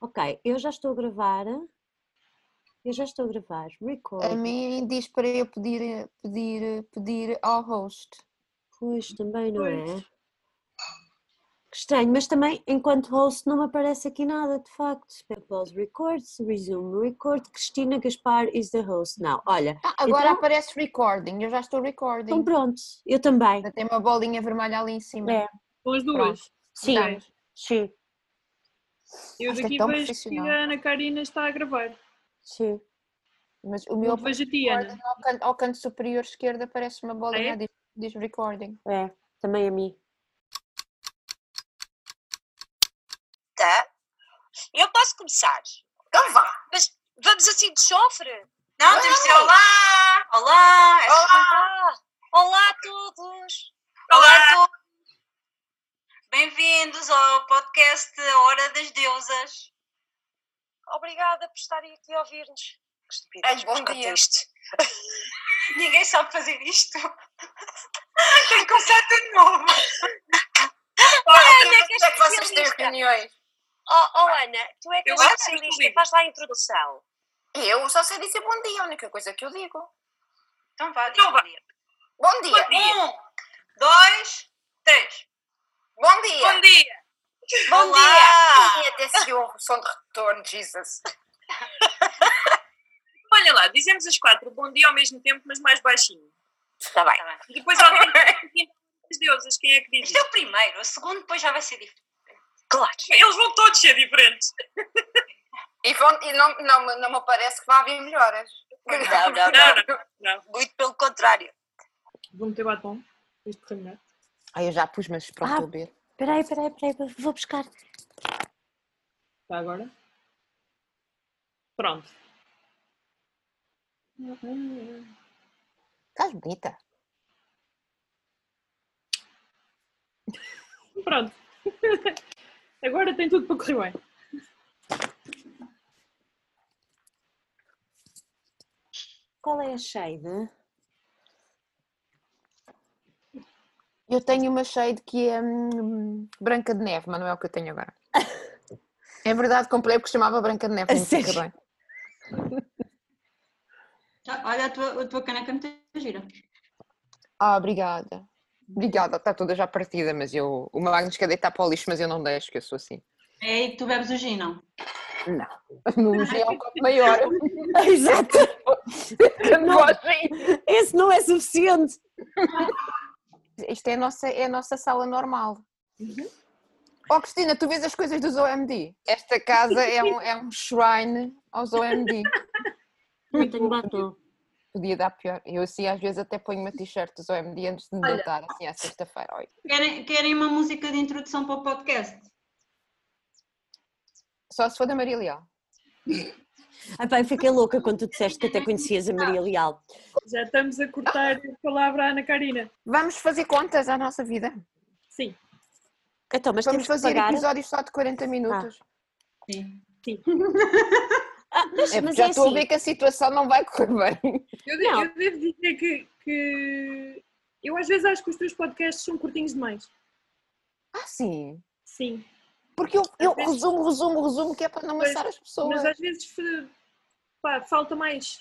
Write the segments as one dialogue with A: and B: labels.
A: Ok, eu já estou a gravar. Eu já estou a gravar. Record.
B: A mim diz para eu pedir, pedir, pedir ao host.
A: Pois também, não é? Que Estranho, mas também enquanto host não me aparece aqui nada, de facto. Pause records, resume record. Cristina Gaspar is the host. Não, olha.
B: Ah, agora
A: Então-
B: aparece recording, eu já estou
A: Estão
B: recording.
A: prontos. Eu também.
B: Ainda tem uma bolinha vermelha ali em cima.
A: É.
C: Com as duas.
A: Sim,
B: Ok.
A: sim,
C: Eu
B: Acho que é
C: daqui
B: tão
C: vejo que
B: profissional.
C: a Ana Karina está a gravar.
A: sim.
B: Mas o meu
C: Eu vejo a ti, Ana.
B: recording, ao, canto, ao canto superior esquerdo aparece uma bolinha
C: Ah, é?
B: diz, diz recording.
A: É, também a mim.
D: Tá? Eu posso começar.
E: Então vá.
D: Mas vamos assim de chofre?
E: Não, temos de dizer olá. Olá.
D: Olá! é Olá a todos!
E: Olá
D: Olá
E: a
D: a todos!
E: Bem-vindos ao podcast A Hora das Deusas.
D: Obrigada por estarem aqui a ouvir-nos. Que
E: Ai,
D: estupidez,
E: bom
D: mas quanto
E: dia.
D: isto.
E: Ninguém sabe fazer isto. Tem que começar tudo de novo. Olha,
D: Ana, que
E: quando é que vocês têm
D: especialista.
E: reuniões?
D: Oh, oh, Ana, tu é que
E: Eu
D: és
E: acho que
D: especialista,
E: descobri.
D: faz lá a introdução.
E: Eu só sei dizer bom dia, a única coisa que eu digo. Então vá,
D: Então vá.
E: Bom dia. Um, dois, três. Bom dia. Bom dia.
D: Bom
E: E até se ouve o som de retorno, Jesus.
F: Olha lá, dizemos as quatro bom dia ao mesmo tempo, mas mais baixinho.
G: Tá
E: Está bem.
F: E depois alguém diz as deusas, quem é que diz?
E: Isto é o primeiro, o segundo depois já vai ser diferente.
D: Claro.
F: Eles vão todos ser diferentes.
E: E, vão, e não, não, me- não me parece que vá haver melhoras.
D: Não, não,
F: Não,
D: não.
F: não.
D: Muito pelo contrário.
C: Vou meter batom. Este terminar.
B: Ah, eu já pus, mas
A: pronto, Ah. eu
B: ver.
A: Peraí, peraí, peraí, vou buscar.
C: Está agora? Pronto.
B: Estás bonita.
C: Pronto. Agora tem tudo para correr bem.
A: Qual é a shade?
B: Eu tenho uma shade que é hum, branca de neve, mas não é o que eu tenho agora. É verdade, comprei porque se chamava branca de neve.
A: A
B: não fica
A: sério?
B: bem.
H: Ah, Olha, a tua, a tua caneca é muito gira.
B: Ah, obrigada. Obrigada, está toda já partida, mas eu. O Magnus quer deitar para o lixo, mas eu não deixo, que eu sou assim.
H: É aí que tu bebes o gin, não?
B: No gel é um copo maior.
A: Exato,
B: Eu não assim. gosto disso.
A: esse não é suficiente.
B: Isto é a nossa, é a nossa sala normal. Uhum. Oh, Cristina, tu vês as coisas dos OMD? Esta casa é um, é um shrine aos OMD.
A: Não tenho batom.
B: Podia dar pior. Eu assim às vezes até ponho uma t-shirt dos OMD antes de me deitar, assim à sexta-feira. Olha,
H: Querem, querem uma música de introdução para o podcast?
B: Só se for da Maria Leal.
A: Ah, pá, eu fiquei louca quando tu disseste que até conhecias a Maria Leal.
C: Já estamos a cortar a palavra à Ana Karina.
B: Vamos fazer contas à nossa vida.
C: Sim.
A: Então, mas
B: Vamos
A: temos que
B: fazer
A: pagar.
B: episódios só de 40 minutos.
H: Sim.
A: Ah, mas,
B: É,
A: mas
B: já
A: é
B: estou
A: assim.
B: a ver que a situação não vai correr bem.
C: Eu, de-
A: Não.
C: eu devo dizer que, que eu às vezes acho que os teus podcasts são curtinhos demais.
B: Ah, sim.
C: Sim.
B: Porque eu, eu
C: Às vezes-
B: resumo, resumo, resumo, que é para não
C: Pois,
B: amassar as
C: Mas
B: pessoas.
C: às vezes eh, pá, falta mais.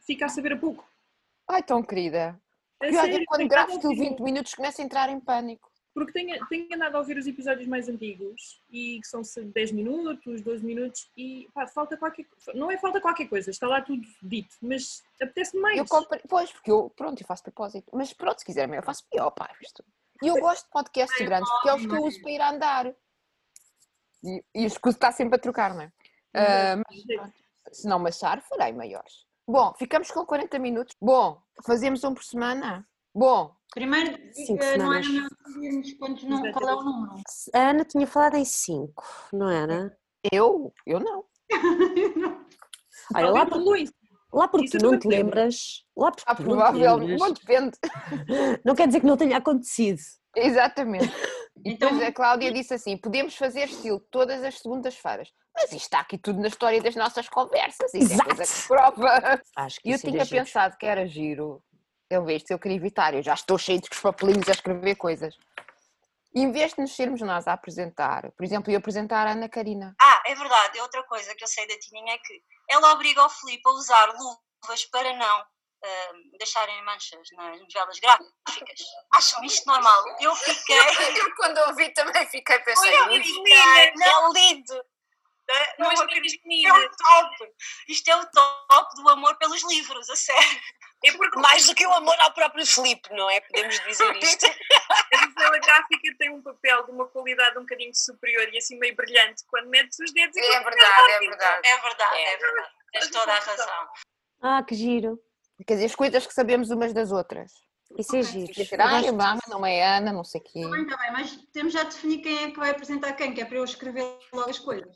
C: Fica a saber a pouco.
B: Ai, tão querida.
C: A
B: Pior é
C: sério,
B: quando
C: tenho
B: gravo
C: andado a
B: aquilo
C: ouvir-
B: 20 minutos começo a entrar em pânico.
C: Porque tenho, tenho andado a ouvir os episódios mais antigos e que são se- 10 minutos, 12 minutos e pá, falta qualquer co- Não é falta qualquer coisa, está lá tudo dito, mas apetece-me mais.
B: Eu compre... Pois, porque eu, pronto, eu faço propósito. Mas pronto, se quiser, eu faço pior, pá, isto. E eu gosto de podcasts grandes, porque é os que eu uso para ir andar. E, e o escudo está sempre a trocar, não é? Ah, mas, se não machar, farei maiores. Bom, ficamos com 40 minutos. Bom, fazemos um por semana. Bom,
H: Primeiro,
A: Cinco
H: eh, não era melhor
A: semanas.
H: dizermos quantos nu- qual é
A: um
H: o número?
A: A Ana tinha falado em 5, não é, era?
B: eu? Eu não. É.
A: Olha, lá, por-
C: Luís,
A: lá porque
C: Isso
A: tu não
C: eu
A: te lembras. Lá porque
B: Ah,
A: tu não te
B: provavelmente.
A: lembras,
B: Bom, depende.
A: Não quer dizer que não tenha acontecido.
B: Exatamente. E
H: Então-
B: depois a Cláudia disse assim: podemos fazer estilo todas as segundas-feiras. Mas isto está aqui tudo na história das nossas conversas. Isso é coisa
A: Exato.
B: que prova.
A: Acho que
B: E eu
A: isso era
B: tinha
A: giro.
B: pensado que era giro. Eu vejo eu queria evitar. Eu já estou cheio de papelinhos a escrever coisas. E em vez de nos sermos nós a apresentar, por exemplo, eu apresentar a Ana Karina.
D: Ah, é verdade. Outra coisa que eu sei da Tininha é que ela obriga o Filipe a usar luvas para não ahm, deixarem manchas nas novelas gráficas. Acham isto normal? Eu fiquei.
B: É Eu quando ouvi também fiquei pensando.
D: Olha,
B: "Ui,
D: menina, é lindo! Não
I: Mas
D: acredito.
I: meninas,
D: Isto é
I: meninas,
D: o top! Isto é o top do amor pelos livros, a sério.
G: Mais do que o amor ao próprio Filipe, não é? Podemos dizer isto.
I: a novela gráfica tem um papel de uma qualidade um bocadinho superior e assim meio brilhante quando metes os dedos e
B: É verdade, é verdade.
D: É verdade, é verdade. Tens toda a razão.
A: Ah, que giro.
B: Quer dizer, as coisas que sabemos umas das outras.
A: Isso é
J: Ok.
A: giro.
B: Quer dizer,
A: Eu
B: ah,
A: gosto-
B: é Brahma, não é Ana, não sei o quê.
J: Está bem, está bem, é, mas temos já de definir quem é que vai apresentar quem, que é para eu escrever logo as coisas.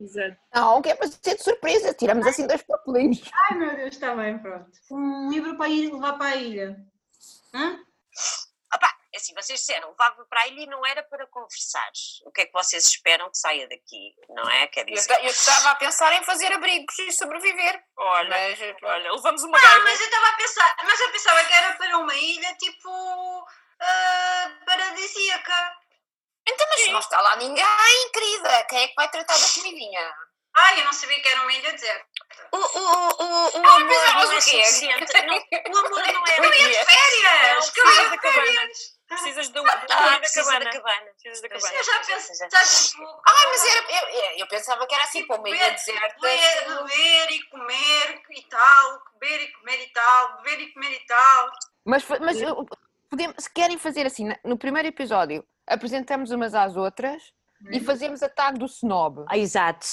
C: Exato.
B: Não, que é para ser de surpresa, tiramos assim dois papelinhos.
J: Ai meu Deus,
D: tá
J: está bem, pronto. Um livro para ir levar para a ilha. Hã?
G: É assim, vocês disseram, levava para ele e não era para conversar. O que é que vocês esperam que saia daqui? Não é? Quer dizer,
B: estava a pensar em fazer abrigos e sobreviver.
G: olha,
B: Mas,
G: olha, levamos uma
D: Ah,
G: gaiva.
B: né?
D: mas eu estava a pensar, mas eu pensava que era para uma ilha tipo ah, paradisíaca.
B: Então, não está lá ninguém, querida. Quem é que vai tratar da comidinha?
D: Ai, eu não sabia que era uma ilha deserta.
G: O,
D: Ah,
G: o, o, o, o amor não é suficiente. Não, o amor não é Eu ia de
D: Férias! Que eu ia de
B: né?
D: férias!
I: Precisas de um ah,
G: Ah,
I: da
G: precisa da
I: cabana.
G: cabana.
I: Precisas da
G: Pois
I: cabana.
B: né?
G: é.
D: Eu já pensei, já tipo, ah, tipo,
B: Mas era, eu, eu pensava que era assim, para uma ilha
D: Beber,
B: deserta.
D: beber, beber e comer e tal, beber e comer e tal, beber e comer e tal.
B: Mas, fa- mas eu- podemos, se querem fazer assim, na- no primeiro episódio, apresentamos umas às outras e fazemos a tag do snob.
A: Ah, exato.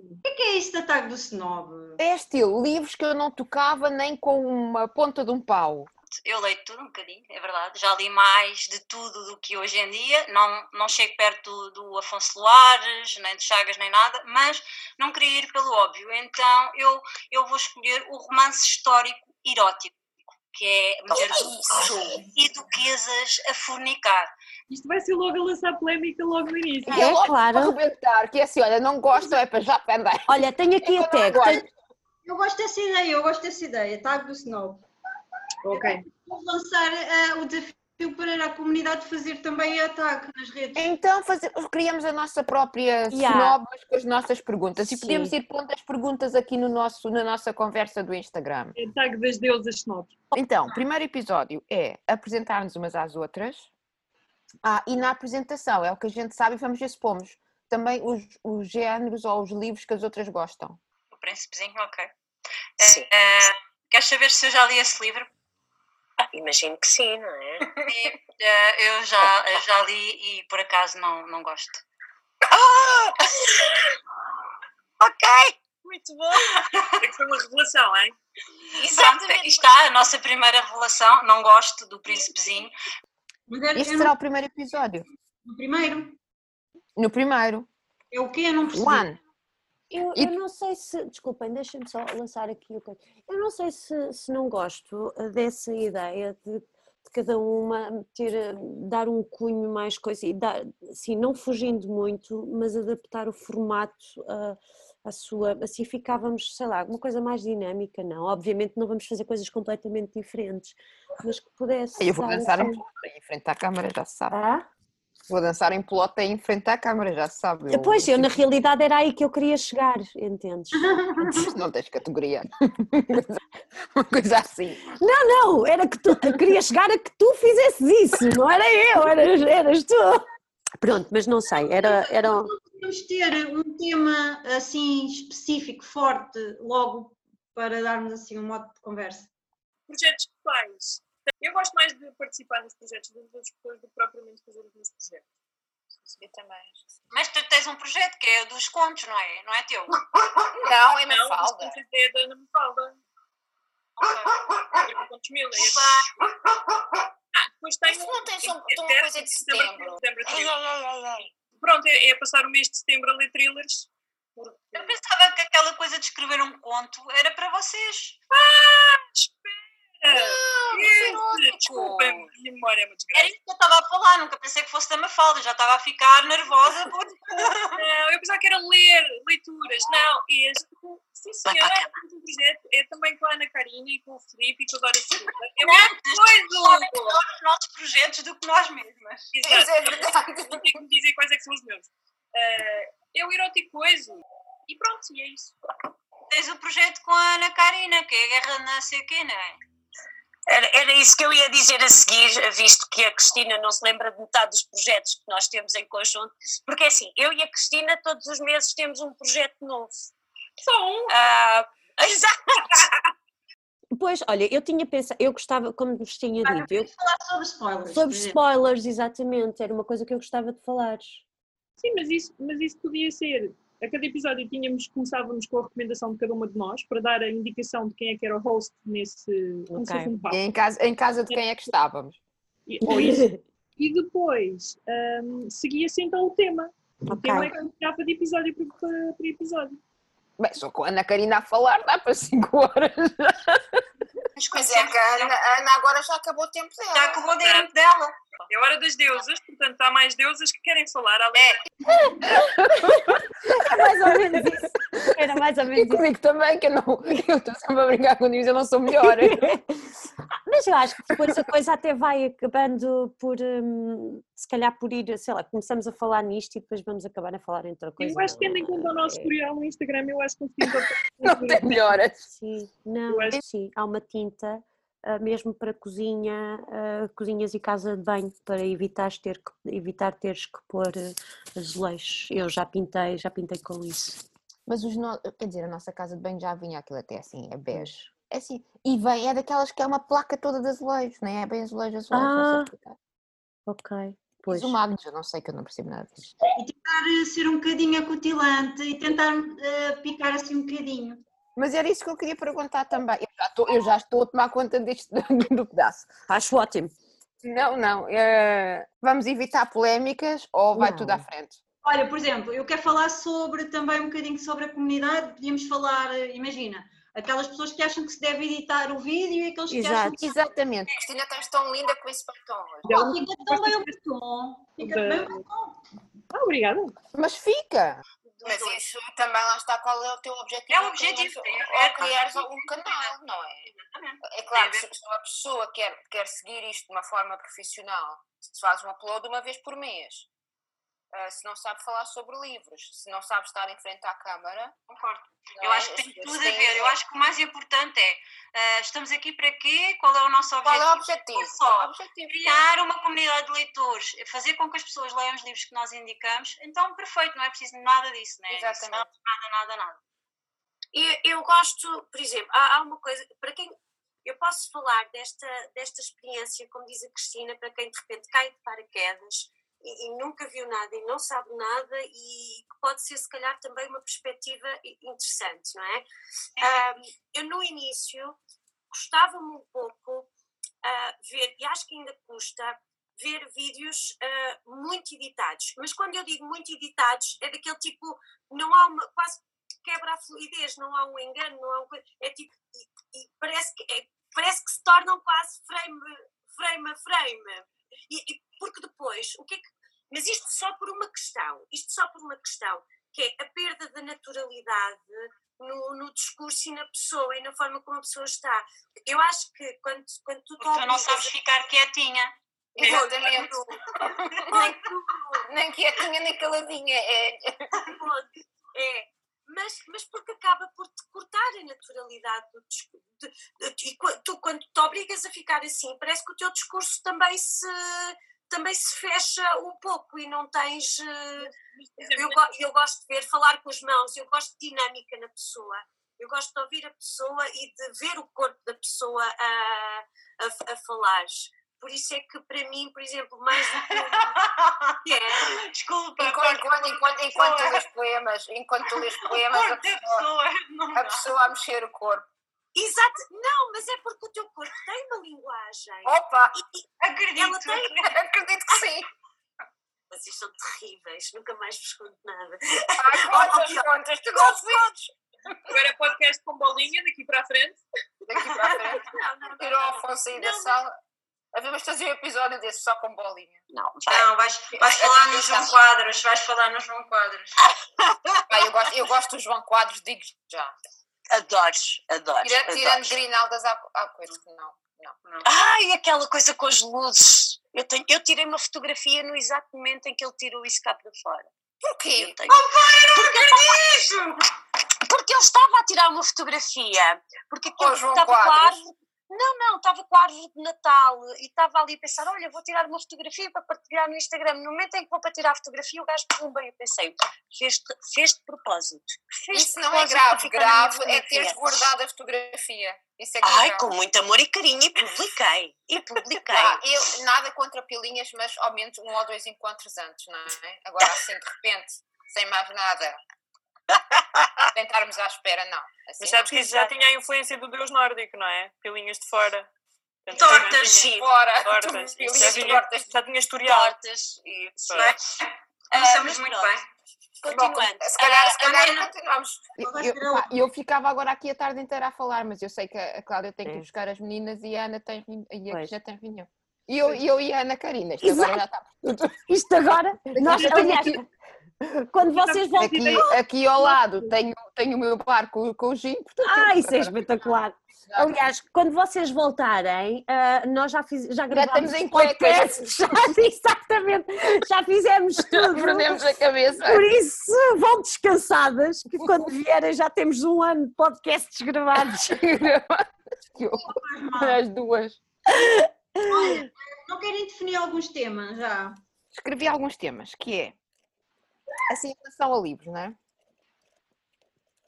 J: O que é isto de ataque do snob?
B: É estilo, livros que eu não tocava nem com uma ponta de um pau.
D: Eu leio tudo um bocadinho, é verdade. Já li mais de tudo do que hoje em dia. Não, não chego perto do, do Afonso Soares, nem de Chagas, nem nada, mas não queria ir pelo óbvio. Então eu, eu vou escolher o romance histórico erótico, que é mulheres e duquesas a fornicar.
C: Isto vai ser logo a lançar polémica logo no início.
A: É,
B: logo
A: claro.
B: para arrebentar, que é assim, olha, não gosto, é para já pendar.
A: Olha, tenho aqui
B: É Eu
A: até.
B: não gosto.
A: tenho-
J: Eu gosto dessa ideia, eu gosto dessa ideia, ataque do snob.
C: Ok.
J: Vou lançar ah, o desafio para a comunidade fazer também ataque nas redes.
B: Então faze- criamos a nossa própria
A: Yeah.
B: snob, mas com as nossas perguntas. E
A: Sim.
B: podemos ir pondo as perguntas aqui no nosso, na nossa conversa do Instagram.
C: É tag das deusas snob.
B: Então, primeiro episódio é apresentar-nos umas às outras. Ah, e na apresentação é o que a gente sabe e vamos ver se pomos também os, os géneros ou os livros que as outras gostam.
D: O Príncipezinho, ok.
I: É.
G: Sim.
D: Eh, queres saber se eu já li esse livro?
I: Ah,
G: Imagino que sim, não é?
D: Eh, eu, já, eu já li e por acaso não, não gosto.
G: Ok, muito bom.
I: É que foi uma revelação, hein?
D: Exatamente. Está a nossa primeira revelação. Não gosto do príncipezinho.
J: Mas era,
B: Este
J: eu
B: será o primeiro episódio.
J: não- o primeiro.
B: No primeiro.
J: É o quê? Eu não percebi.
B: One.
A: Eu,
B: E-
A: eu não sei se. Desculpem, deixem-me só lançar aqui o coisa. Eu não sei se, se não gosto eh, dessa ideia de, de cada uma ter, eh, dar um cunho mais coisa e dar, assim, não fugindo muito, mas adaptar o formato a, à sua. Assim ficávamos, sei lá, uma coisa mais dinâmica, não. Obviamente não vamos fazer coisas completamente diferentes, mas que pudesse.
B: Eu vou
A: dar
B: dançar um em
A: assim-
B: pelota e enfrentar a câmara, já se sabe.
A: Ah?
B: Vou dançar em pelota e enfrentar a câmara, já se sabe.
A: Pois, eu na realidade era aí que eu queria chegar, entendes?
B: Não tens categoria. Uma coisa assim.
A: Não, era que tu eu queria chegar a que tu fizesses isso, não era eu, eras, eras tu. Pronto, mas não sei, era. era... um,
J: Podemos ter um tema assim específico, forte, logo para darmos assim um modo de conversa.
I: Projetos pessoais. Eu gosto mais de participar nos projetos das outras pessoas do que propriamente fazer os meus projetos.
G: Eu também.
D: Mas tu tens um projeto que é o dos contos, não é? Não é teu?
G: Não, é
I: Não, mas
G: Mafalda.
I: com certeza é da Mafalda. Eu conto mil, é esse. Ah, depois tem
G: Isso não um, tem só
I: é
G: uma
I: dez
G: coisa de setembro.
I: setembro
G: Ai,
I: thriller.
G: ai, ai, ai, ai.
I: Pronto, é, é passar o mês de setembro a ler thrillers. Porque...
D: Eu pensava que aquela coisa de escrever um conto era para vocês.
G: Não,
I: Esse,
G: isso é
I: Desculpa, a
G: lógico.
I: minha memória é uma
D: Era
I: desgraça.
D: isso que eu estava a falar, nunca pensei que fosse da Mafalda, já estava a ficar nervosa. por-
G: É
I: Não, eu pensava que era ler leituras. Não, este, sim senhora, mas o projeto é também com a Ana Karina e com o Felipe e com a Dora Silva. É muito
D: sabem
I: coisa!
D: melhor os nossos projetos do que nós mesmas.
I: Exato.
G: Isso é verdade.
I: Não tenho que me dizer quais é que são os meus.
F: eh, eu ir ao tipo coisa. E pronto, e é isso.
D: Tens o projeto com a Ana Karina, que é a guerra de não sei o quê, não é?
E: Era, era isso que eu ia dizer a seguir, visto que a Cristina não se lembra de metade dos projetos que nós temos em conjunto, porque assim, eu e a Cristina todos os meses temos um projeto novo.
F: Só um.
E: Ah, exato!
A: Pois, olha, eu tinha pensado, eu gostava, como vos tinha dito, eu-
H: falar sobre spoilers. por
A: sobre
H: exemplo.
A: spoilers, exatamente, era uma coisa que eu gostava de falar.
C: Sim, mas isso, mas isso podia ser. A cada episódio tínhamos, começávamos com a recomendação de cada uma de nós para dar a indicação de quem é que era o host nesse como se
A: Ok. É.
C: fosse um
B: E
C: papo.
B: em casa, em casa de quem é que estávamos?
C: E, ou isso. E depois hum, seguia-se então o tema. O
A: Ok.
C: tema é que ficava de episódio para, para- para episódio.
B: Bem, só com a Ana Karina a falar dá para 5 horas.
D: Mas
K: Mas é que a Ana, a Ana agora já acabou o tempo dela.
D: Já acabou o tempo dela.
F: É hora das deusas, portanto há mais deusas que querem falar, além
D: É.
F: da-
A: Era mais ou menos isso. Era mais ou
B: E
A: menos isso.
B: comigo também, que eu não. Eu estou sempre a brincar com isso, eu não sou melhor.
A: Ah, Mas eu acho que depois a coisa até vai acabando por, hum, se calhar por ir, sei lá, começamos a falar nisto e depois vamos acabar a falar em outra coisa.
C: Eu acho que tendo em conta o nosso
A: é-
C: historial no Instagram, eu acho que conseguimos. um
B: Não tem melhoras.
A: Sim, não,
C: acho-
A: sim, há uma tinta, ah, mesmo para cozinha, ah, cozinhas e casa de banho, para evitar ter que, evitar teres que pôr ah, azulejos. Eu já pintei, já pintei com isso.
B: Mas os no... quer dizer, a nossa casa de banho já vinha aquilo até assim, é bege. É assim, e vem, é daquelas que é uma placa toda de azulejos, não é? É bem azulejo, azulejo, não sei tá?
A: Ah,
B: explicar.
A: Ok,
B: Pois.
A: pois.
B: o Magno, eu não sei que eu não percebo nada disso.
H: E tentar ser um bocadinho acutilante e tentar eh, picar assim um bocadinho.
B: Mas era isso que eu queria perguntar também. Eu já estou, eu já estou a tomar conta deste do, do pedaço.
A: Acho ótimo.
B: Não, não. eh, vamos evitar polémicas ou vai tudo à
A: Não.
B: frente?
H: Olha, por exemplo, eu quero falar sobre também um bocadinho sobre a comunidade. Podíamos falar, eh, imagina, aquelas pessoas que acham que se deve editar o vídeo e aqueles que acham
A: Exato.
H: que
B: Exatamente.
K: é Cristina, estás tão linda com esse batom hoje.
H: Pá, fica tão bem o batom. Fica
C: Da-
H: bem o batom.
C: Ah, obrigada.
B: Mas fica!
K: Mas isso também lá está qual é o teu objetivo.
D: É o
K: ao
D: objetivo, tem
K: criares-
D: a ver
K: Ao
D: com
K: criares
D: aquilo.
K: algum canal, não é?
D: Exatamente.
K: É claro,
D: Tem a
K: se se uma pessoa quer, quer seguir isto de uma forma profissional, se faz um upload uma vez por mês, ah, se não sabe falar sobre livros, se não sabe estar em frente à câmara,
D: Concordo.
K: não
D: Eu
K: é?
D: acho que tem
K: As pessoas
D: tudo a
K: têm-
D: ver. Eu acho que o mais importante é ah, estamos aqui para quê? Qual é o nosso
K: Qual
D: objetivo?
K: é o objetivo?
D: Não
K: Qual é o
D: só
K: objetivo?
D: criar uma comunidade de leitores, eh, fazer com que as pessoas leiam os livros que nós indicamos, então perfeito, não é preciso nada disso, né? Isso
K: Exatamente.
D: Não, nada, nada, nada.
I: E eu gosto, por exemplo, há, há uma coisa, para quem eu posso falar desta, desta experiência, como diz a Cristina, para quem de repente cai de paraquedas e, e nunca viu nada e não sabe nada e que pode ser se calhar também uma perspectiva i- interessante, não é? Ah, eu no início gostava-me um pouco ah, ver, e acho que ainda custa, ver vídeos ah, muito editados. Mas quando eu digo muito editados, é daquele tipo, não há uma, quase quebra a fluidez, não há um engano, não há um, coisa- é tipo, e, e parece, que, é- parece que se tornam quase frame, frame a frame. E, e porque depois, o que é que, mas isto só por uma questão, isto só por uma questão, que é a perda da naturalidade no, no discurso e na pessoa e na forma como a pessoa está. Eu acho que quando, quando tu te
D: Porque tu não
I: obrigas
D: sabes ficar quietinha.
I: É,
K: Exatamente.
I: a-
K: Nem quietinha, nem caladinha. É,
I: pode, é. Mas, mas porque acaba por te cortar a naturalidade do discurso. e qua- tu, quando te obrigas a ficar assim, parece que o teu discurso também se, também se fecha um pouco e não tens. eh, Eu, go- eu gosto de ver, falar com as mãos, eu gosto de dinâmica na pessoa, eu gosto de ouvir a pessoa e de ver o corpo da pessoa a, a, a falar. Por isso é que, para mim, por exemplo, mais do que. É,
D: Desculpa,
K: Enquanto,
D: corta
K: enquanto, enquanto, enquanto tu lês poemas, enquanto tu lês poemas, a
D: corta a
K: pessoa,
D: pessoa. Não
K: a
D: dá.
K: pessoa a mexer o corpo.
I: Exato, não, mas é porque o teu corpo tem uma linguagem.
E: Oh,
K: Opa,
I: E, e ela
D: Acredito.
I: tem.
K: acredito que sim.
I: Vocês são terríveis, nunca mais vos conto nada.
K: Ai, quantas contas, tu não sabes.
F: Agora é podcast com bolinha daqui para a frente.
K: Daqui para a frente.
I: Não, não, não.
K: Tirou a Afonso aí da
I: Não, mas-
K: sala. Havíamos de fazer um episódio desse só com bolinha.
E: Não, vai.
D: Não, vais, vais falar no João Quadros, vais falar no João Quadros.
K: Ah, eu, gosto, eu gosto do João Quadros, digo já.
E: Adores, adores.
K: Tira, tirando
E: adores.
K: grinaldas, há, há coisa que não.
E: Ai, aquela coisa com as luzes. Eu, tenho- eu tirei uma fotografia no exato momento em que ele tirou isso cá para fora.
I: Porquê?
C: Oh,
D: Eu tenho-
I: Porque ele estava a tirar uma fotografia. Porque aquele
K: Oh, João
I: estava com a
K: Quadros.
I: árvore. Não, não, estava com a árvore de Natal e estava ali a pensar: olha, vou tirar uma fotografia para partilhar no Instagram. No momento em que vou para tirar a fotografia, o gajo pumba e eu pensei: fez de fez de propósito. Fez de
K: Isso não é
I: propósito para
K: grave.
I: ficar na minha
K: Grave é teres
I: fotografia.
K: guardado a fotografia. Isso é que é
D: Ai,
K: grave.
D: com muito amor e carinho, e publiquei. E publiquei.
C: Tá,
K: Ah, eu, nada contra pilinhas, mas ao menos um ou dois encontros antes, não é? Agora assim de repente, sem mais nada. Tentarmos à espera, não. Assim,
C: Mas sabes que isso já
K: não.
C: tinha a influência do deus nórdico, não é? Pilinhas de fora. Portanto,
D: Tortas,
C: já
D: sim.
K: Fora,
C: tinha- Tortas. Isso Já
I: é
K: pilinhas
C: tinha,
K: tortas.
C: já tinha historial.
D: Tortas. e-
C: Sim.
D: Bem, é? Começamos
I: mas
D: muito
I: pronto.
D: bem.
I: Continuando.
K: Bom, se calhar, se
D: Ah, a
K: calhar
D: Mariana-
K: continuamos.
B: Eu,
L: Agora
B: eu-
L: será
B: pá, eu ficava agora aqui a tarde inteira a falar, mas eu sei que a a Cláudia tem que ir
A: É.
B: buscar as meninas e a Ana tem reuni- e a
A: Pois.
B: Cristina tem reunião. E eu, e eu e a Ana Karina, isto agora já está por tudo.
A: Isto agora, nós,
B: já tenho
A: aliás, quando vocês vão.
B: Aqui, aqui ao lado tenho, tenho o meu bar com, com o gin, portanto.
A: Ah,
B: eu-
A: isso é espetacular! Aliás, quando vocês voltarem, ah, nós já, fiz, já gravámos
B: estamos em
A: os podcasts, já, exatamente, já fizemos tudo.
B: Perdemos a cabeça.
A: Por isso, vão descansadas, que quando vierem já temos um ano de podcasts gravados.
B: Que horror,
L: faz mal.
B: As duas.
L: Olha, não querem definir alguns temas já?
B: Escrevi alguns temas, que é assim em relação a livros, não é?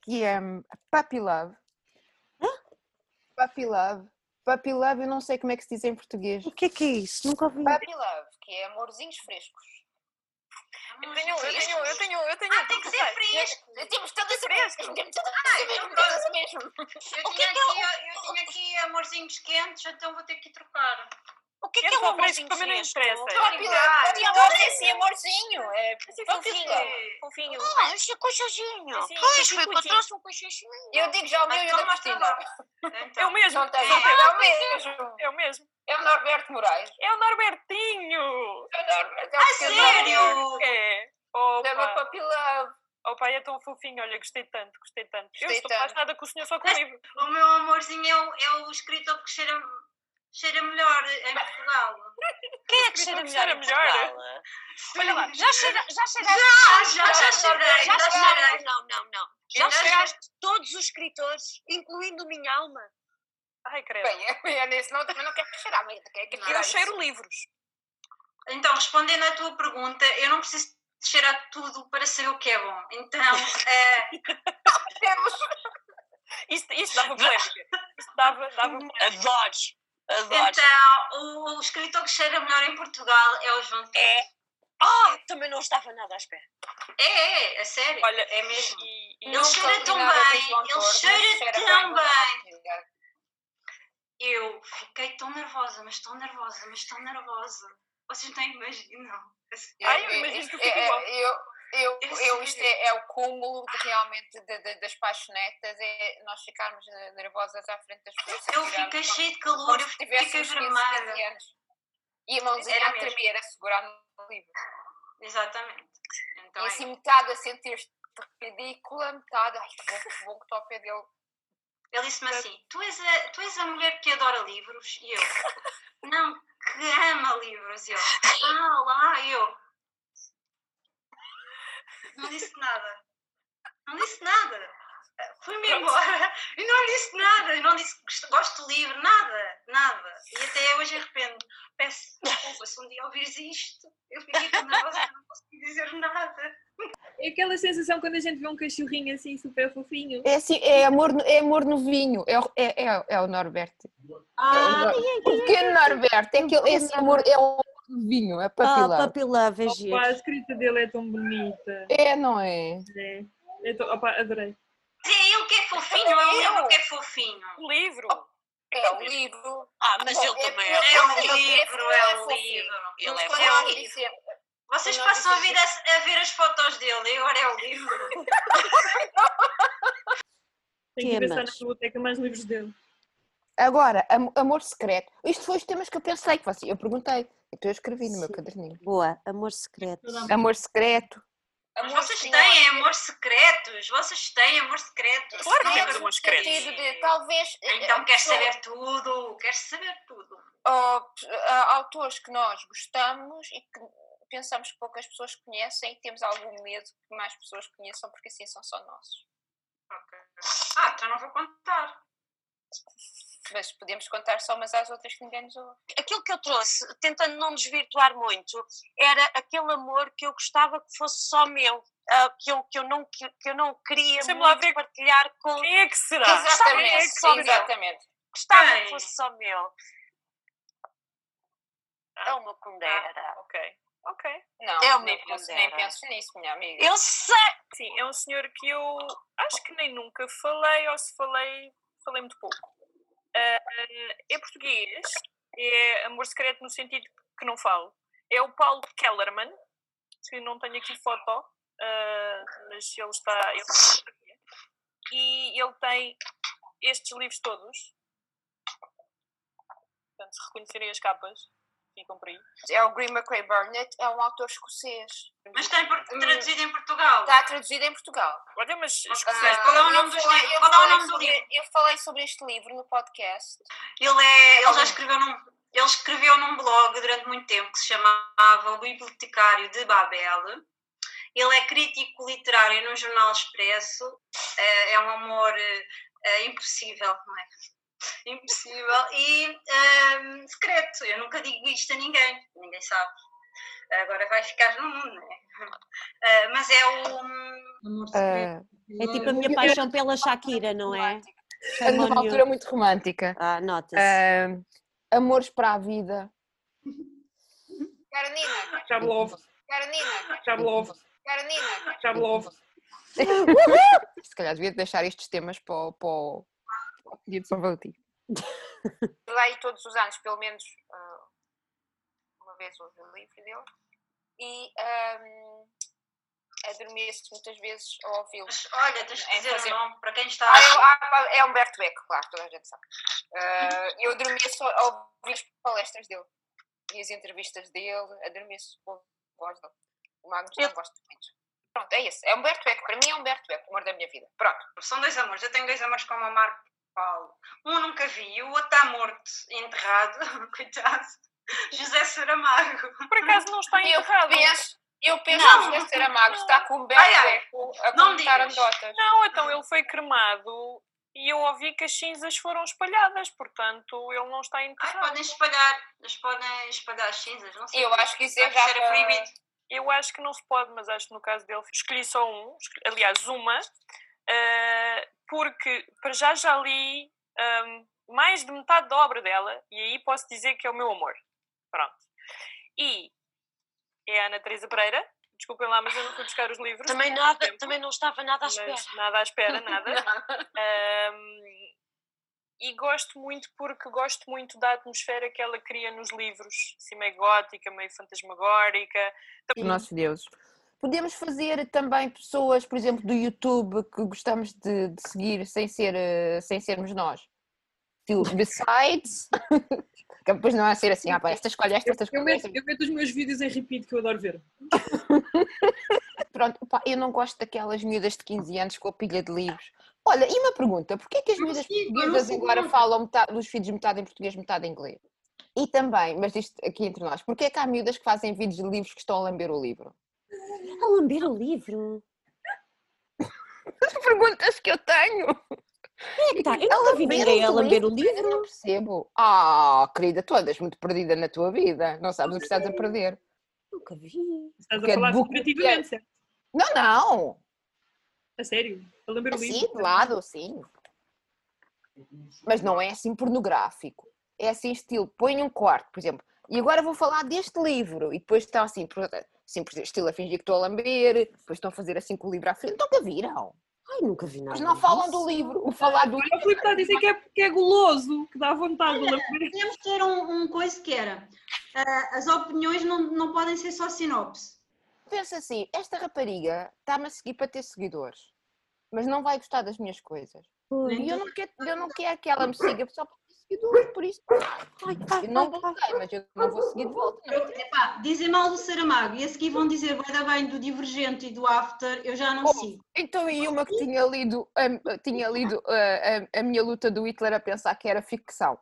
B: Que é hum, Puppy Love. Puppy Love. Puppy Love, eu não sei como é que se diz em português.
A: O que é que é isso? Nunca ouvi.
K: Puppy Love, que é amorzinhos frescos.
C: Eu tenho,
D: um,
C: eu tenho, eu tenho, eu tenho.
K: Tem que ser fresco. Temos todas a mesmo. Temos todas a mesmo. Todas a mesmo.
D: Eu tinha, aqui, eu tinha aqui amorzinhos quentes, então vou ter que trocar.
I: O que é
C: Eu
I: que é
C: não
I: um
C: vou para isso,
I: amorzinho
C: também não
I: fresco?
C: interessa.
K: Puppy Love. Puppy Love é assim, amorzinho. É fofinho.
C: Fofinho.
I: Ah, isso é cochachinho.
C: Sim,
I: Pois,
C: sim,
I: foi
C: sim,
I: que eu
C: sim.
I: trouxe um cochachinho.
K: Eu digo já o meu
D: Mas
K: e o da
D: toma mais
K: Cristina.
D: trabalho.
C: É o
D: Então,
C: mesmo.
K: Não tem.
C: Não tem.
K: É o mesmo.
C: É o mesmo.
K: É o Norberto Moraes.
C: É o Norbertinho.
K: É o Norberto. É o pequeno
D: sério?
K: Norberto.
C: É.
K: Chama
C: Opa.
K: Puppy Love.
C: Opa, é tão fofinho. Olha, gostei tanto, gostei tanto. Eu
K: Gostei
C: estou
K: tanto.
C: apaixonada com o senhor só com o livro.
D: o meu amorzinho é o, é o escritor que cheira, cheira melhor em Portugal.
I: Quem é que
C: Escritor
I: cheira
C: que
I: melhor
C: cheira
I: em
C: melhor.
I: Portugal? Olha lá, já cheira- já cheiraste...
D: Já, já, já cheirei,
I: Já
D: já
I: cheiraste...
D: cheirei.
I: Não, não, não. Já
D: Ainda
I: cheiraste todos os escritores, incluindo minha alma.
C: Ai, credo.
K: Bem, eu- eu nesse não também não quero cheirar, mas quer que
C: Eu cheiro livros.
D: Então, respondendo à tua pergunta, eu não preciso de cheirar tudo para saber o que é bom. Então, eh,
C: Isto, isto dava polémica. Isto dava, dava polémica.
I: Adoro. Adoro.
D: então o, o escritor que cheira melhor em Portugal é o João Tejo.
I: É. Ah, também não estava nada à espera.
D: É, é, é, a sério.
C: Olha,
D: é mesmo.
C: E, e
D: Ele cheira tão bem, ele cheira tão bem. Eu fiquei tão nervosa, mas tão nervosa, mas tão nervosa. Vocês não imaginam.
C: Ai,
K: É,
C: eu imagino que eu fico igual.
K: Eu, eu,
D: Eu
K: eu, isto
D: sei.
K: é, é o cúmulo de, realmente de- de- das paixonetas, é nós ficarmos eh, nervosas à frente das pessoas.
D: Eu fiquei cheia de calor, eu fiquei vermelha.
K: E a mãozinha
D: Era
K: a tremer, a segurar no livro.
D: Exatamente. Então,
K: e
D: é
K: assim,
D: isso.
K: metade a sentir-te ridícula, metade, ai, que bom, que bom que estou ao pé dele.
D: Ele disse-me assim: tu és, a, tu és a mulher que adora livros? E eu: Não, que ama livros. E eu: Ah, lá, e eu. Não disse nada. Não disse nada. Fui-me embora e não disse nada. Eu Não disse que gosto do livro, nada, nada. E até hoje arrependo. Peço desculpa se um dia ouvires isto. Eu fiquei tão nervosa que não consegui dizer nada.
C: É aquela sensação quando a gente vê um cachorrinho assim super fofinho.
B: É, assim, é, amor, no- é amor no vinho. É, o- é, é, é o Norberto.
I: Ah.
B: É o Nor- o pequeno Norberto. É, aquele, é esse amor, é o amor no vinho. É
A: Ah,
B: papilão.
A: Puppy Love é
C: Opa, a
A: giro.
C: escrita dele é tão bonita.
B: É, não é?
C: É. É tão- opa, adorei.
D: Mas é ele que é fofinho, é o livro que é fofinho.
C: O livro.
I: Oh,
K: É o livro.
I: um Ah, mas ele também um é.
D: É um livro, é um livro.
I: Ele é
K: Quando
D: é
K: nós
I: bom.
K: dizemos-
D: Vocês
K: Não
D: passam a
K: disse
D: vir a, a ver as fotos dele e agora é o livro.
C: Tem que pensar na
A: Temas.
C: biblioteca mais livros dele.
B: Agora, am- amor secreto. Isto foi os temas que eu pensei que você. Eu perguntei. Então eu escrevi no meu
A: Sim.
B: caderninho.
A: Boa, amor secreto.
B: Amor secreto.
D: Mas
K: Amor
D: vocês
K: senhor,
D: têm amor secretos? Vocês têm amor secretos?
C: Claro que
D: Não,
C: temos
D: eu-
C: amor
K: no
C: secreto.
K: sentido de talvez. eh,
D: Então
K: eh,
D: queres
K: pessoa-
D: saber tudo, queres saber tudo.
K: ou, eh, autores que nós gostamos e que pensamos que poucas pessoas conhecem e temos algum medo que mais pessoas conheçam, porque assim são só nossos.
D: Ok. Ah, então não vou contar.
K: Mas podemos contar só umas às outras que ninguém nos ouve.
I: Aquilo que eu trouxe, tentando não desvirtuar muito, era aquele amor que eu gostava que fosse só meu, ah, que, eu, que, eu não, que, que eu não queria
C: Deixa-me lá
I: muito
C: ver.
I: partilhar com.
C: Quem é que
I: Tá.
C: será?
K: Exatamente,
C: Quem é que
K: sim,
C: sabe?
K: exatamente.
I: Gostava
C: Quem?
I: que fosse só meu.
C: Ah,
I: É uma condera.
C: Ok, ok.
K: Não,
I: É o
K: nem,
I: meu
K: penso,
I: pondera.
K: nem penso nisso, minha amiga.
I: Eu sei!
C: Sim, é um senhor que eu acho que nem nunca falei, ou se falei, falei muito pouco. Ah, é português, é amor secreto no sentido que não falo. É o Paulo Kellerman, que não tenho aqui foto, ah, mas ele está. Ele está aqui. e ele tem estes livros todos. Portanto, se reconhecerem as capas, ficam por aí.
K: É o Green McRae Burnett, é um autor escocês.
D: Mas tem por- traduzido em Portugal.
K: Está traduzido em Portugal.
C: Olha, mas
D: Ah, qual é o nome
K: eu
D: dos
K: falei-
D: livros?
K: eu
D: Qual é o
K: falei
D: nome do
K: sobre-
D: livro?
K: Eu falei sobre este livro no podcast.
D: Ele, é,
K: Uhum.
D: ele já escreveu num, ele escreveu num blog durante muito tempo que se chamava O Bibliotecário de Babel. Ele é crítico literário no Jornal Expresso. Eh, É um amor eh, eh, impossível, não é? Impossível e ehm, secreto. Eu nunca digo isto a ninguém, ninguém sabe. Agora vai ficar no mundo, não é? Eh, mas é o.
M: Amor secreto.
B: Ah,
A: É tipo a minha
B: Eu-
A: paixão pela Shakira, não é? Shame on
B: ah, numa
A: you.
B: altura muito romântica.
A: Ah, nota-se.
B: Ah, amores para a vida.
K: Carolina,
N: Já me louvo,
K: Carolina,
N: já me louvo,
K: Carolina.
N: já me louvo.
B: Se calhar devia deixar estes temas para, o- para o para o dia de São Valentim.
K: Leio todos os anos, pelo menos ah, uma vez ouvi o livro dele. E um, adormeço muitas vezes ao ouvi-lo.
D: Mas olha, tens de
K: É
D: dizer
K: fazer-
D: o nome para quem está.
K: Ah, eu- ah, pá, é Humberto Eco, claro, toda a gente sabe. Ah, eu adormeço ao ouvir as palestras dele e as entrevistas dele, adormeço com a voz dele. O Magnus não gosta muito. Pronto, é isso. É Humberto Eco, para mim é Humberto Eco, o amor da minha vida. Pronto.
D: São dois amores. Eu tenho dois amores com o Marco Paulo. Um nunca vi, o outro está morto, enterrado, coitado. José Saramago.
C: por acaso não está
K: Eu
C: enterrado.
K: penso, eu penso
D: Não.
K: que o José Saramago está com o Humberto
D: Ai, ai.
K: Eco a
D: Não me
K: contar
D: digas.
K: anedotas.
C: Não, então ele foi cremado e eu ouvi que as cinzas foram espalhadas, portanto ele não está
D: Ai,
C: enterrado.
D: podem espalhar, eles podem espalhar as cinzas, não sei.
K: Eu acho que isso é
D: Acho
K: já
D: que era
K: para-
D: proibido.
C: Eu acho que não se pode, mas acho que no caso dele escolhi só um, escolhi- aliás, uma, ah, porque para já já li ah, mais de metade da obra dela e aí posso dizer que é o meu amor. Pronto. E é a Ana Teresa Pereira. Desculpem lá, mas eu não fui buscar os livros.
I: Também,
C: Não
I: nada,
C: tive tempo.
I: também não estava nada à
C: Mas
I: espera.
C: nada à espera, nada. Ahm, e gosto muito porque gosto muito da atmosfera que ela cria nos livros, assim, meio gótica, meio fantasmagórica.
B: Os nossos deuses. Podemos fazer também pessoas, por exemplo, do YouTube que gostamos de, de seguir sem, ser, eh, sem sermos nós. Tipo, Besides. que depois não é ser assim, ah, pá, esta escolhe esta,
N: Eu,
B: esta
N: eu
B: escolhe
N: meto,
B: esta.
N: eu meto os meus vídeos em repeat que eu adoro ver.
B: Pronto, pá, eu não gosto daquelas miúdas de 15 anos com a pilha de livros. Olha, e uma pergunta: porquê é que as
M: Eu não
B: miúdas
M: sigo, eu não
B: portuguesas
M: sigo
B: agora
M: nada.
B: falam metade, dos filhos metade em português, metade em inglês? E também, mas isto aqui entre nós, porquê é que há miúdas que fazem vídeos de livros que estão a lamber o livro?
A: A lamber o livro.
B: As perguntas que eu tenho!
A: É que tá. Eu nunca vi ninguém a lamber o
B: Eu não
A: livro.
B: percebo. Ah, querida, tu andas muito perdida na tua vida. Não sabes o que estás a perder.
A: Nunca vi.
N: Estás
B: Porque é
N: a falar
B: de book-
N: figurativamente, certo?
B: Não, não.
N: A sério? A lamber o
B: Assim,
N: livro?
B: de lado, assim. Mas não é assim pornográfico. É assim, estilo, põe um corte, por exemplo. E agora vou falar deste livro. E depois estão assim, por- assim por estilo a fingir que estou a lamber. Depois estão a fazer assim com o livro à frente. Nunca viram.
A: Ai, nunca vi nada.
B: Mas não falam
A: disso.
B: do livro. O falar do
N: Olha, o Filipe está a dizer que é, que é goloso, que dá vontade de lamber.
M: Podemos ter um, um coisa que era. ah, as opiniões não, não podem ser só sinopse.
B: pensa assim, esta rapariga está-me a seguir para ter seguidores, mas não vai gostar das minhas coisas.
A: Pois.
B: E eu não quero, eu não quero que ela me siga só para ter seguidores, por isso. Eu não gostei, mas eu não vou seguir de volta. não
M: Eu-
B: interessa.
M: epá, dizem mal do Saramago e a seguir vão dizer guarda bem do Divergente e do After, eu já não
B: Oh,
M: sigo.
B: Então, e uma que tinha lido, a, tinha lido a, a- a minha luta do Hitler a pensar que era ficção.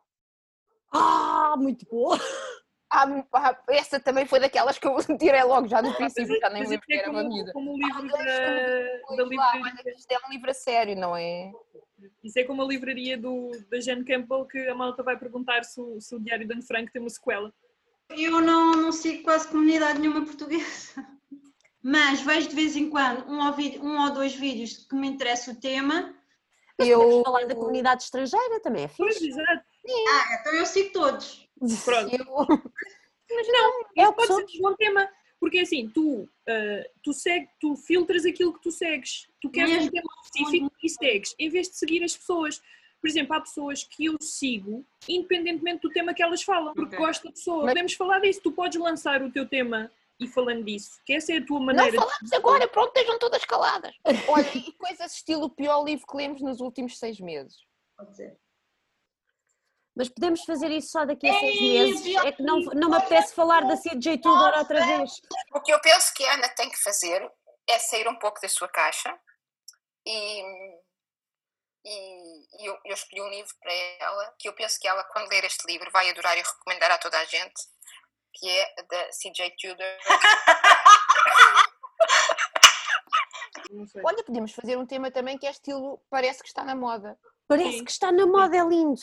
A: Ah, muito boa.
B: há- há- essa também foi daquelas que eu tirei logo já do princípio, já nem me
C: Mas
B: lembro
C: isto
B: que
C: é
B: era uma
C: como,
B: miúda.
C: como o
B: Ah,
C: livro
B: dois,
C: da, da
B: Pois lá,
C: livraria.
B: olha que isto é um livro a sério, não é?
C: Isso é como a livraria do, da Jane Campbell que a malta vai perguntar se o, se o Diário de Anne Frank tem uma sequela.
H: Eu não, não sigo quase comunidade nenhuma portuguesa, mas vejo de vez em quando um ou, vi- um ou dois vídeos que me interessa o tema.
A: Podemos
B: Eu,
A: falar da comunidade estrangeira também, é
C: Pois,
A: fixe.
C: exato.
H: Ah, então eu sigo todos.
C: Pronto.
B: eu,
A: É o que
C: Pode ser
A: somos.
C: um bom tema, porque assim, tu, ah, tu, segue, tu filtras aquilo que tu segues. Tu queres um
H: Mesmo.
C: tema específico e segues, em vez de seguir as pessoas. Por exemplo, há pessoas que eu sigo, independentemente do tema que elas falam, porque
H: Ok.
C: gosto da pessoa.
B: Mas-
C: Podemos falar disso. Tu podes lançar o teu tema e falando disso, que essa é a tua
B: Não
C: maneira.
B: falamos agora, pronto, estejam todas caladas. Olha, e coisas estilo o pior livro que lemos nos últimos seis meses.
H: Pode ser.
A: Mas podemos fazer isso só daqui a seis
H: Ei,
A: meses. É que não, não me apetece falar da CJ Tudor outra vez.
K: O que eu penso que a Ana tem que fazer é sair um pouco da sua caixa e, e- e eu, eu escolhi um livro para ela que eu penso que ela, quando ler este livro, vai adorar e recomendar a toda a gente, que é da C.J. Tudor.
C: Não sei.
B: Olha, podemos fazer um tema também que é estilo parece que está na moda.
A: Parece
C: Sim.
A: que está na moda, é lindo.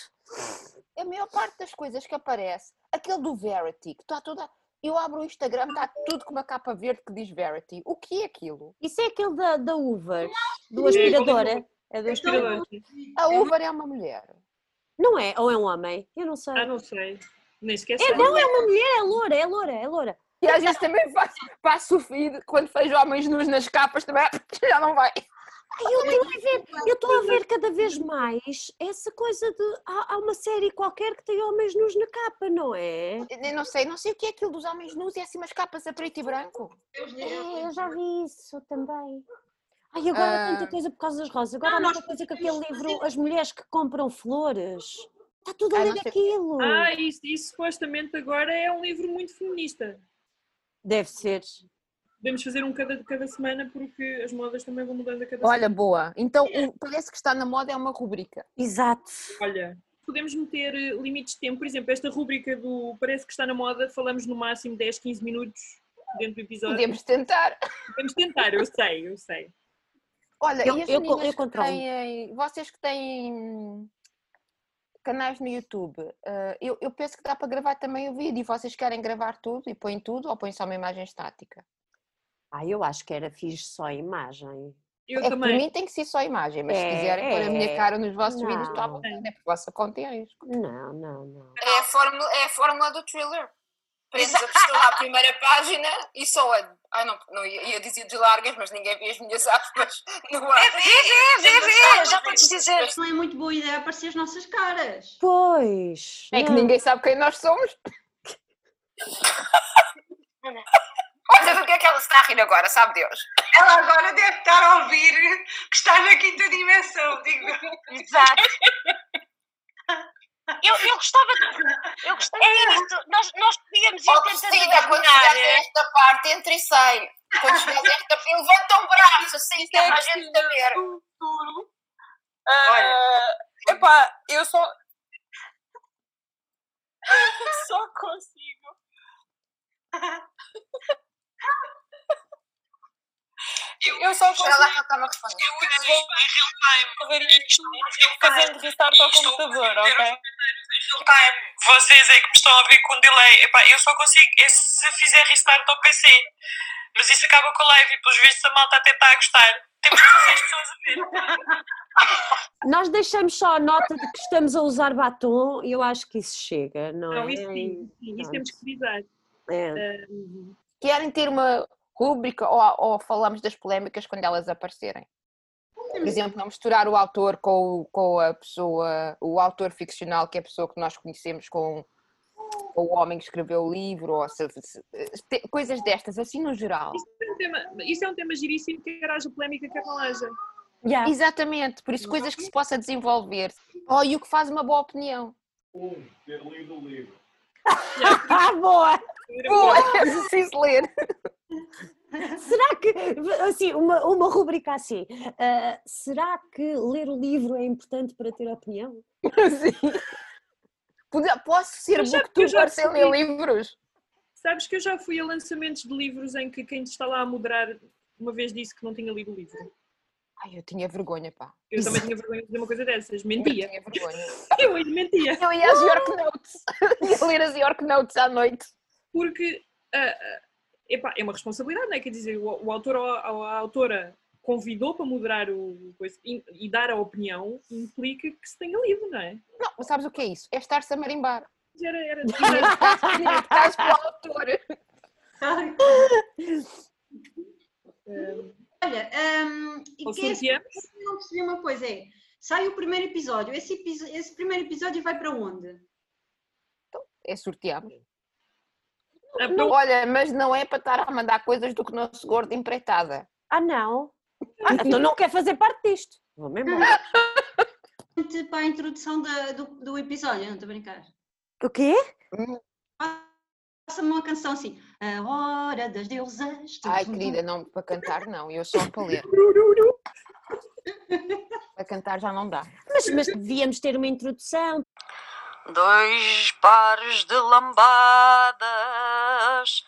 B: A maior parte das coisas que aparece, aquele do Verity, que está toda. Eu abro o Instagram, está tudo com uma capa verde que diz Verity. O que é aquilo?
A: Isso é aquele da, da Uber, do
C: É,
A: aspiradora. É do aspirador.
C: Inspirador.
B: A Uber é uma mulher.
A: Não é? Ou é um homem? Eu não sei.
C: Ah, não sei. Nem esquece.
A: É não, é uma mulher, é loura, é loura, é loura.
B: E às vezes também faço, faço o feed, quando vejo homens nus nas capas também já não vai.
A: Ai, eu estou a ver, eu estou a ver cada vez mais essa coisa de há, há uma série qualquer que tem homens nus na capa, não é?
B: Eu não sei, não sei o que é aquilo dos homens nus e assim umas capas a preto e branco.
H: Deus,
A: É,
H: Deus.
A: eu já vi isso também. Ai, agora há
B: Ah.
A: tanta coisa por causa das rosas. Agora
H: Não,
A: há
H: nós
A: muita coisa com aquele
H: podemos
A: livro As Mulheres que Compram Flores. Está tudo a
B: Ah,
A: ler
B: não sei.
A: aquilo.
C: Ah, isso, isso supostamente agora é um livro muito feminista.
A: Deve ser.
C: Podemos fazer um cada, cada semana porque as modas também vão mudando a cada
B: Olha, boa. Então o- parece que está na moda é uma rubrica.
A: Exato.
C: semana. Olha, podemos meter eh, limites de tempo. Por exemplo, esta rúbrica do Parece que está na moda, falamos no máximo 10, 15 minutos dentro do episódio. Podemos,
B: Podemos tentar.
C: tentar, eu sei, eu sei.
B: Olha,
A: Eu-
B: e as
A: eu co-
B: meninas
A: eu
B: que
A: controlo-me.
B: têm, vocês que têm canais no YouTube, eh, eu, eu penso que dá para gravar também o vídeo. Vocês querem gravar tudo e põem tudo ou põem só uma imagem estática?
A: Ah, eu acho que era fixe só a imagem.
C: Eu
B: é que para
C: também.
B: mim tem que ser só a imagem, mas se
A: É,
B: quiserem pôr a minha
A: é.
B: cara nos vossos vídeos, está
A: Não.
B: bom, é por vossa conta e risco.
A: Não, não, não.
K: É a fórmula, é a fórmula do thriller. Prendes a pessoa à primeira página e só a. Ai, não, não ia, ia dizer de largas, mas ninguém vê as minhas aspas no ar.
E: É, vê, vê, vê, vê, já podes dizer.
H: Não é muito boa ideia aparecer as nossas caras.
A: Pois.
B: É que
A: não.
B: ninguém sabe quem nós somos.
K: Olha do que é que ela está a rir agora, sabe Deus?
E: Ela agora deve estar a ouvir que está na quinta dimensão, digo.
D: Exato. Eu, eu gostava de. Eu gostava é isto. Nós, nós podíamos ir
K: Ó,
D: tentando
K: Cristina, quando
D: adivinhar.
K: chegares a esta parte, entra e sai. Quando chegares a esta parte, levanta um braço, assim, que é para a gente saber.
F: Ah, epá, eu só. só consigo. Eu só
K: Espera lá
F: consigo
K: que ela está-me a responder.
F: ver isto fazendo restart ao computador,
A: Ah,
F: ok?
O: Vocês é que me estão a ouvir com delay. Epá, eu só consigo é se fizer restart ao PC. Mas isso acaba com a live e pelos vistos a malta até está a gostar. Temos 16 pessoas a ver.
A: Nós deixamos só a nota de que estamos a usar batom e eu acho que isso chega, não,
C: Não,
A: é?
C: isso sim, sim, isso temos que frisar.
A: É.
B: Querem ter uma rúbrica ou, ou falamos das polémicas quando elas aparecerem? Por exemplo, não misturar o autor com, o- com a pessoa, o autor ficcional, que é a pessoa que nós conhecemos com, com o homem que escreveu o livro, ou se- se- te- coisas destas, assim no geral.
C: Isso é um tema, isso é um tema giríssimo, quer haja polémica, quer não haja.
A: Yeah.
B: Exatamente, por isso coisas que se possa desenvolver. Oh, e o que faz uma boa opinião.
A: Ah, boa!
B: Boa, é preciso ler.
A: Será que, assim, uma, uma rubrica assim, ah, será que ler o livro é importante para ter opinião?
B: Sim. Poder- Posso ser
C: Eu já- eu já
B: booktuber sem ler livros?
C: Sabes que eu já fui a lançamentos de livros em que quem está lá a moderar uma vez disse que não tinha lido o livro.
B: Ai, eu tinha vergonha, pá.
C: Eu também tinha vergonha de dizer uma coisa dessas. Mentia.
B: Eu tinha vergonha.
C: Eu ainda mentia.
B: Eu ia às York Notes. Ia ler as York Notes à noite.
C: Porque ah, ah, epá, é uma responsabilidade, não é? Quer dizer, o, o autor ou a, ou a autora convidou para moderar o coisa e, e dar a opinião implica que se tenha lido, não é?
B: Não, mas sabes o que é isso? É estar-se a marimbar.
C: Mas Era, era,
B: Estás para o autor.
D: Olha, hum, e
C: Ou
D: quem é
H: assim,
C: sorteamos.
D: Eu não percebi uma coisa, é. Sai o primeiro episódio. Esse, episo- esse primeiro episódio vai para onde?
B: É sortear.
C: Ah,
B: Não, olha, mas não é para estar a mandar coisas do que nosso gordo empreitada.
A: Ah, não. Ah, então não quer fazer parte disto. Vou-me embora.
D: Ponte Para a introdução da- do, do episódio, não estou a brincar.
A: O quê?
D: Faça-me uma canção assim. A hora das deusas.
B: Ai, querida, não, para cantar não, eu só para ler. Para cantar já não dá.
A: Mas, mas devíamos ter uma introdução.
I: Dois pares de lambadas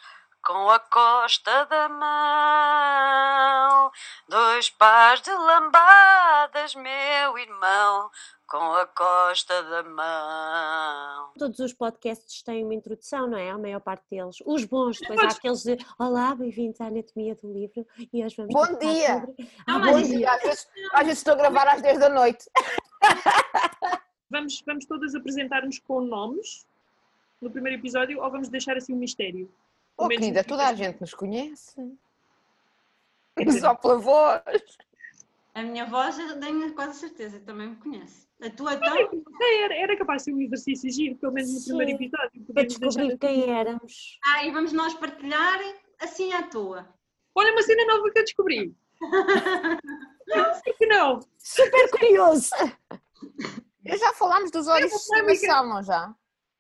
I: com a costa da mão. Dois pares de lambadas, meu irmão, com a costa da mão.
A: Todos os podcasts têm uma introdução, não é? A maior parte deles. Os bons, depois há
C: Mas-
A: aqueles de Olá, bem-vindos à Anatomia do Livro e hoje vamos
B: Bom
A: tratar
B: dia.
A: sobre-"
B: Bom
D: Não, Ah, mas isso-
B: dia, às vezes, às vezes estou a gravar às 10 da noite.
C: Vamos, vamos todas apresentar-nos com nomes no primeiro episódio ou vamos deixar assim um mistério?
B: Oh,
C: Pelo menos
B: querida,
C: no
B: toda a
C: primeiro-
B: gente nos conhece.
C: Quer dizer,
B: Só pela voz.
D: A minha voz, eu tenho quase certeza, também me conhece. A tua então?
C: Era, era capaz de ser um exercício giro, pelo menos no primeiro
A: Sim.
C: episódio.
A: Para
C: podemos deixar
A: descobrir
C: assim.
A: quem éramos.
D: Ah, e vamos nós partilhar assim à toa.
C: Olha uma cena nova que eu descobri. Por que não?
A: Super curioso!
B: Eu já falámos dos olhos de estimação, não já?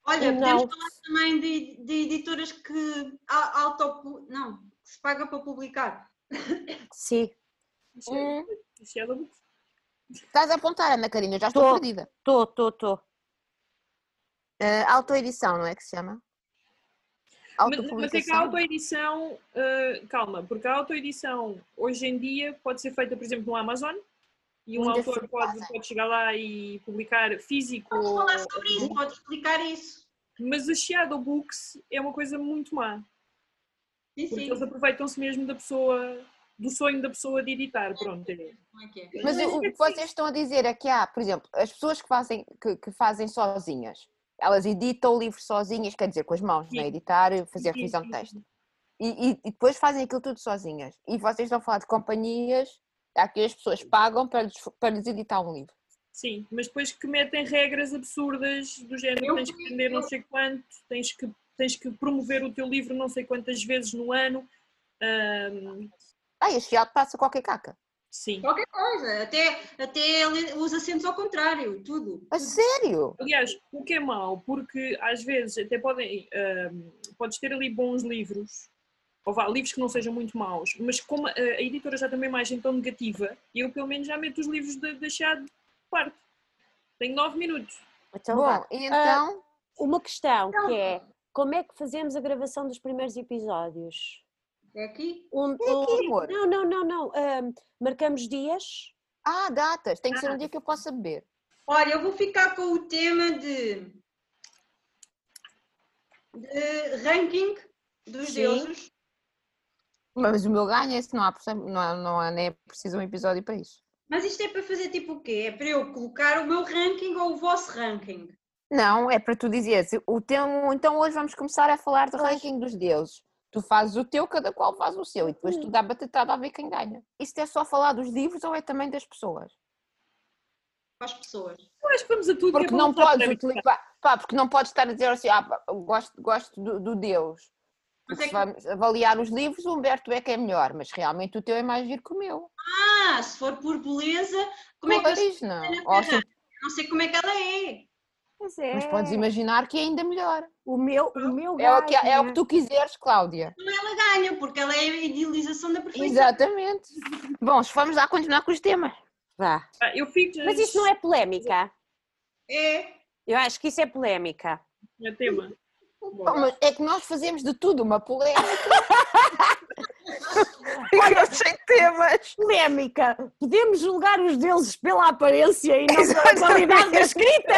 D: Olha,
A: Não.
D: podemos falar também de, de editoras que a- auto... Não, que se paga para publicar.
A: Sim,
B: Hum,
C: Isso é louco.
B: estás a apontar, Ana Karina, eu já estou
A: Tô.
B: perdida.
A: estou, estou, estou.
B: Eh, autoedição, não é que se chama?
C: Mas- Mas é que a
B: Autopublicação.
C: autoedição, ah, calma, porque a autoedição hoje em dia pode ser feita, por exemplo, no Amazon e um
B: Muitas
C: autor
B: sim
C: pode, pode chegar lá e publicar físico.
D: Vamos
C: ou-
D: falar sobre isso,
B: Uhum.
D: podes explicar isso.
C: Mas a Shadow Books é uma coisa muito má,
D: Sim,
C: porque
D: sim.
C: eles aproveitam-se mesmo da pessoa, do sonho da pessoa de editar. Pronto, é. assim.
D: Como é que é?
B: Mas o o que vocês estão a dizer é que há, por exemplo, as pessoas que fazem, que, que fazem sozinhas, elas editam o livro sozinhas, quer dizer, com as mãos, não é?
C: Sim.
B: editar, fazer
C: Sim,
B: revisão de
C: sim,
B: texto. E, e, e depois fazem aquilo tudo sozinhas. E vocês estão a falar de companhias a que as pessoas pagam para lhes, para lhes editar um livro.
C: Sim, mas depois que metem regras absurdas do género,
D: Eu
C: tens que
D: fui-
C: vender não
D: eu-
C: sei quanto, tens que, tens que promover o teu livro não sei quantas vezes no ano. Ahm,
B: Ah, este fiado passa qualquer caca.
C: sim.
D: Qualquer coisa, até, até ele- os acentos ao contrário, tudo.
B: A sério?
C: Aliás, o que é mau, porque às vezes até podem, ahm, podes ter ali bons livros, ou vá, livros que não sejam muito maus, mas como a, a editora já tem uma imagem tão negativa, eu pelo menos já meto os livros de, deixar de parte. Tenho nove minutos.
A: Então vá.
B: Bom, então e então,
A: Uma questão que é como é que fazemos a gravação dos primeiros episódios?
D: É aqui.
A: Um,
B: aqui,
A: um-
B: amor.
A: Não, não, não, não. ahm, marcamos dias.
B: Ah, datas. Tem que ser um dia que eu possa beber.
D: Olha, eu vou ficar com o tema de, de ranking dos
A: Sim.
D: deuses.
B: Mas o meu ganho é esse, não há, proce- não há, não há nem é preciso um episódio para isso.
D: Mas isto é para fazer tipo o quê? É para eu colocar o meu ranking ou o vosso ranking?
B: Não, é para tu dizeres. O teu, então hoje vamos começar a falar do ranking dos deuses. Tu fazes o teu, cada qual faz o seu, e
D: Hum.
B: depois tu dá batatada a ver quem ganha. Isto é só falar dos livros ou é também das pessoas?
D: Para as pessoas.
C: Eu acho que vamos a tudo que é
B: Porque
C: para
B: não
C: lançar
B: podes
C: polémica.
B: utilizar, pá, porque não podes estar a dizer assim, ah, pá, eu gosto, gosto do, do Deus.
D: Mas
B: Porque
D: é
B: se
D: que-
B: vamos avaliar os livros, o Humberto Eco é melhor, mas realmente o teu é mais giro que o meu.
D: Ah, se for por beleza, como é que eu
B: Pois,
D: sei?
B: não.
D: Ana
B: Ou assim,
D: não sei como é que ela é?
A: Pois é.
B: mas podes imaginar que é ainda melhor.
A: O meu, o meu
B: É o que,
A: ganho,
B: é o
A: né?
B: que tu quiseres, Cláudia.
D: Como ela ganha, porque ela é a idealização da perfeição.
B: Exatamente. é. Bom, se vamos já continuar com os temas.
A: Vá.
C: Ah, Eu fico.
A: Mas isso não é polémica.
D: É.
A: Eu acho que isso é polémica.
C: Não é tema. humor.
B: Pá, mas é que nós fazemos de tudo uma polémica.
A: Olha,
B: sem temas.
A: polémica. Podemos julgar os deuses pela aparência e não pela qualidade da escrita?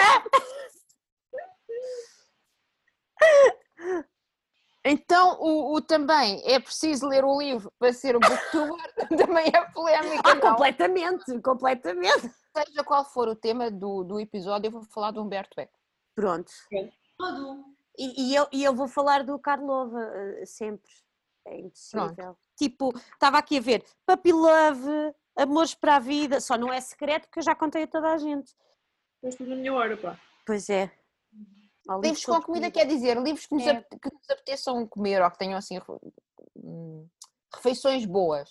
B: Então, o, o também é preciso ler o livro para ser um booktuber, também é polémica.
A: Ah,
B: não.
A: completamente, completamente.
B: Seja qual for o tema do, do episódio, eu vou falar do Humberto Eco.
A: Pronto.
H: Todo.
A: E, e eu, e eu vou falar do Karlova eh, sempre. É impossível.
B: Pronto.
A: Tipo, estava aqui a ver Puppy Love, Amores para a Vida, só não é secreto porque eu já contei a toda a gente.
C: Mas tudo na minha hora, pá.
A: Pois é. Há
B: Livros com
A: sobre
B: comida quer dizer livros que nos,
A: É.
B: apete- que nos apeteçam comer ou que tenham assim re- hum, refeições boas.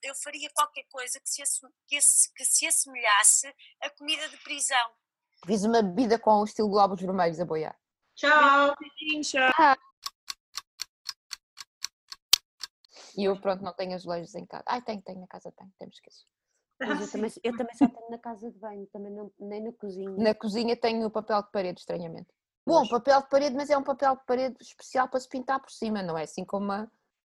I: Eu faria qualquer coisa que se, assu- que se- que se assemelhasse à comida de prisão.
B: Fiz uma bebida com o estilo globos vermelhos a boiar.
H: Tchau.
C: Incha.
B: E eu, pronto, não tenho azulejos em casa. Ai, tenho, tenho, na casa tenho, temos que isso.
A: Mas
B: Ah,
A: eu, também, eu também só tenho na casa de banho, também não, nem na cozinha.
B: Na cozinha tenho o papel de parede, estranhamente. Bom, papel de parede, mas é um papel de parede especial para se pintar por cima, não é assim como a,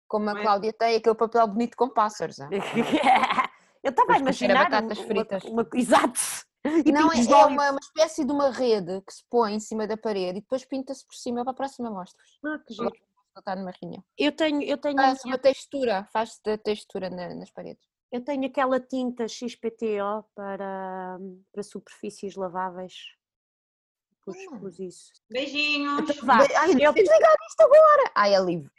B: como a
H: Não é?
B: Cláudia tem, aquele papel bonito com pássaros. não é?
A: eu estava a
B: Depois comer
A: imaginar.
B: batatas
A: uma-
B: fritas.
A: uma- exato! E tipo,
B: Não, é,
A: pingos de
B: é
A: óleo.
B: uma, uma espécie de uma rede que se põe em cima da parede e depois pinta-se por cima. Eu para a próxima mostro-vos.
A: Ah, que giro.
B: Vou estar numa reunião.
A: Eu tenho, eu tenho, a
B: Faz
A: minha-
B: uma textura, faz-se da textura na- nas paredes.
A: eu tenho aquela tinta XPTO para, para superfícies laváveis. Pus,
B: Ah.
A: pus isso.
H: Beijinhos.
A: Então vá,
B: Ai,
A: eu-
B: desligar isto agora! Ai, é livre.